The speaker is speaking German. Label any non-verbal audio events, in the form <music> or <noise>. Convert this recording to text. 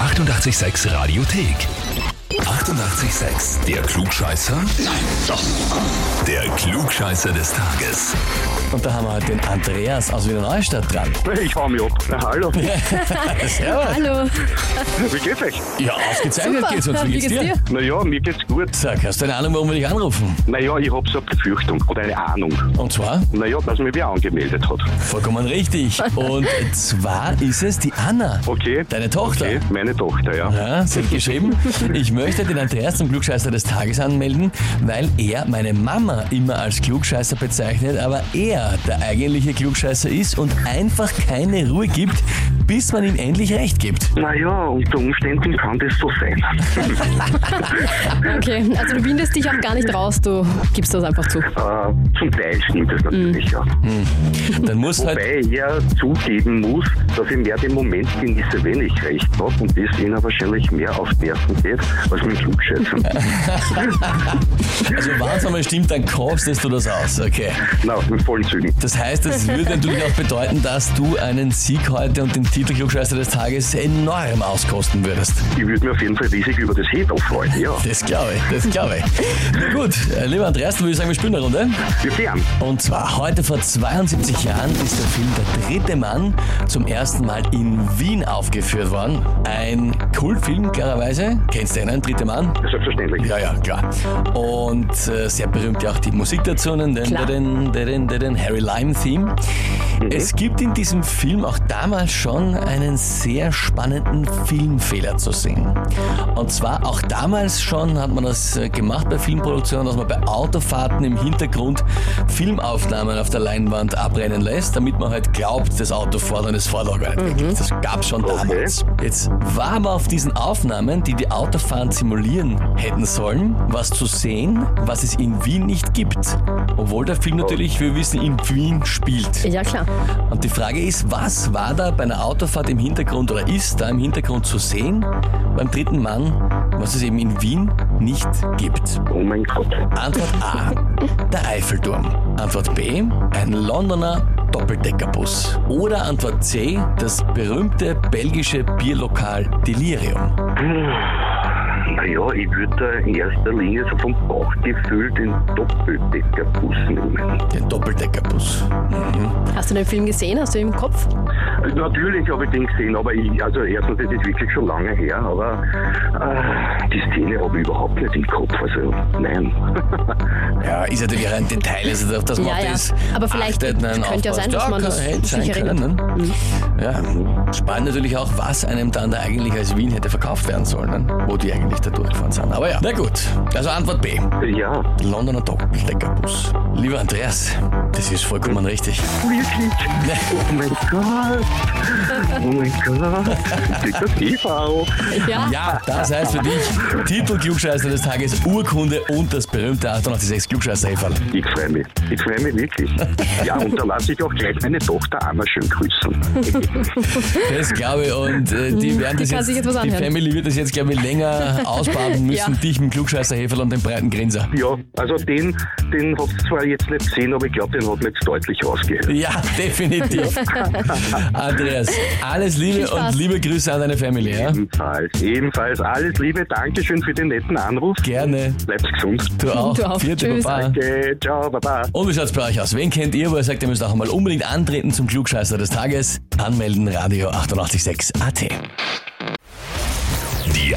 886 Radiothek. 88,6. Der Klugscheißer? Nein, doch. Der Klugscheißer des Tages. Und da haben wir halt den Andreas aus Wiener Neustadt dran. Ich hau mich ab. Na, hallo, <laughs> Servus. Hallo. wie geht's euch? Ja, ausgezeichnet Super. geht's uns. Wie geht's dir? Naja, mir geht's gut. Sag, hast du eine Ahnung, warum wir dich anrufen? Naja, ich hab so eine Befürchtung oder eine Ahnung. Und zwar? Naja, dass mich wer angemeldet hat. Vollkommen richtig. Und zwar ist es die Anna. Okay. Deine Tochter. Okay, meine Tochter, ja. Ja, sie hat geschrieben, ich möchte den Andreas zum Klugscheißer des Tages anmelden, weil er meine Mama immer als Klugscheißer bezeichnet, aber er der eigentliche Klugscheißer ist und einfach keine Ruhe gibt, bis man ihm endlich recht gibt. Naja, unter Umständen kann das so sein. Okay, also du windest dich auch gar nicht raus, du gibst das einfach zu. äh, zum Teil stimmt das natürlich, ja. Mhm. Dann muss halt... Wobei ich ja zugeben muss, dass ich mehr den Moment genieße, wenn ich recht habe und das ihnen wahrscheinlich mehr auf die Nerven geht, als mit <laughs> Klugschätzen. Also wenn es einmal stimmt, dann kostest du das aus, okay. Na, mit vollen Zügen. Das heißt, es würde natürlich auch bedeuten, dass du einen Sieg heute und den Titel Klugscheißer des Tages enorm auskosten würdest. Ich würde mir auf jeden Fall riesig über das Hebel freuen, ja. Das glaube ich, das glaube ich. Na gut, äh, lieber Andreas, dann würde ich sagen, wir spielen eine Runde. Wir gern. Und zwar heute vor 72 Jahren ist der Film Der dritte Mann zum ersten Mal in Wien aufgeführt worden. Ein Kultfilm, klarerweise. Kennst du einen, Dritte Mann? Selbstverständlich. Ja, ja, klar. Und äh, sehr berühmt ja auch die Musik dazu, ne? den, den, Klar. den, den, den, den Harry Lime-Theme. Es gibt in diesem Film auch damals schon einen sehr spannenden Filmfehler zu sehen. Und zwar auch damals schon hat man das äh, gemacht bei Filmproduktionen, dass man bei Autofahrten im Hintergrund Filmaufnahmen auf der Leinwand abrennen lässt, damit man halt glaubt, das Auto fährt und es fährt auch gar nicht wirklich. Das gab schon damals. Jetzt war aber auf diesen Aufnahmen, die die Autofahren simulieren hätten sollen, was zu sehen, was es in Wien nicht gibt. Obwohl der Film natürlich, wir wissen, in Wien spielt. Ja, klar. Und die Frage ist, was war da bei einer Autofahrt im Hintergrund oder ist da im Hintergrund zu sehen beim dritten Mann, was es eben in Wien nicht gibt? Oh mein Gott. Antwort A, der Eiffelturm. Antwort B, ein Londoner Doppeldeckerbus. Oder Antwort C, das berühmte belgische Bierlokal Delirium. Naja, ich würde da in erster Linie so vom Bauchgefühl den Doppeldeckerbus nehmen. Den Doppeldeckerbus. Hast du den Film gesehen? Hast du ihn im Kopf? Natürlich habe ich den gesehen, aber ich, also erstens, das ist wirklich schon lange her, aber äh, die Szene habe ich überhaupt nicht im Kopf, also nein. <laughs> Ja, ist ja natürlich ein Detail, also auf das man Ja, auf ja. das Aber vielleicht achtet, nein, könnte ja aufpasst. sein, dass man das kann- hätte sein sich erinnert. Mhm. können. Ja, spannend natürlich auch, was einem dann da eigentlich als Wien hätte verkauft werden sollen, ne? wo die eigentlich da durchgefahren sind. Aber ja, na gut. Also Antwort B. Ja, Londoner Doppeldeckerbus. Lieber Andreas, das ist vollkommen richtig. wirklich. Oh mein Gott. Oh mein Gott. Ist das Eva? Ja. Ja, das heißt für dich Titel Klugscheißer des Tages, Urkunde und das berühmte 886 klugscheißer -Häferl. Ich freue mich. Ich freue mich wirklich. Ja, und da lasse ich auch gleich meine Tochter Anna schön grüßen. <laughs> Das glaube ich und äh, die werden das Hm, kann jetzt, sich jetzt was die anhören. Family wird das jetzt glaube ich <laughs> länger ausbaden müssen, Ja. dich im klugscheißer -Häferl und den breiten Grinser. Ja, also den, den habt ihr zwar jetzt nicht gesehen, aber ich glaube, den hat man jetzt deutlich rausgehört. Ja, <laughs> definitiv. Andreas, alles Viel Liebe Spaß. und liebe Grüße an deine Family. Ja? Ebenfalls, ebenfalls. Alles Liebe, Dankeschön für den netten Anruf. Gerne. Bleibt gesund. Du auch. Du auch. Vierte Tschüss. Baba. Okay, ciao, baba. Und wie schaut's bei euch aus? Wen kennt ihr, wo ihr sagt, ihr müsst auch einmal unbedingt antreten zum Klugscheißer des Tages? Anmelden, Radio 886 AT. Die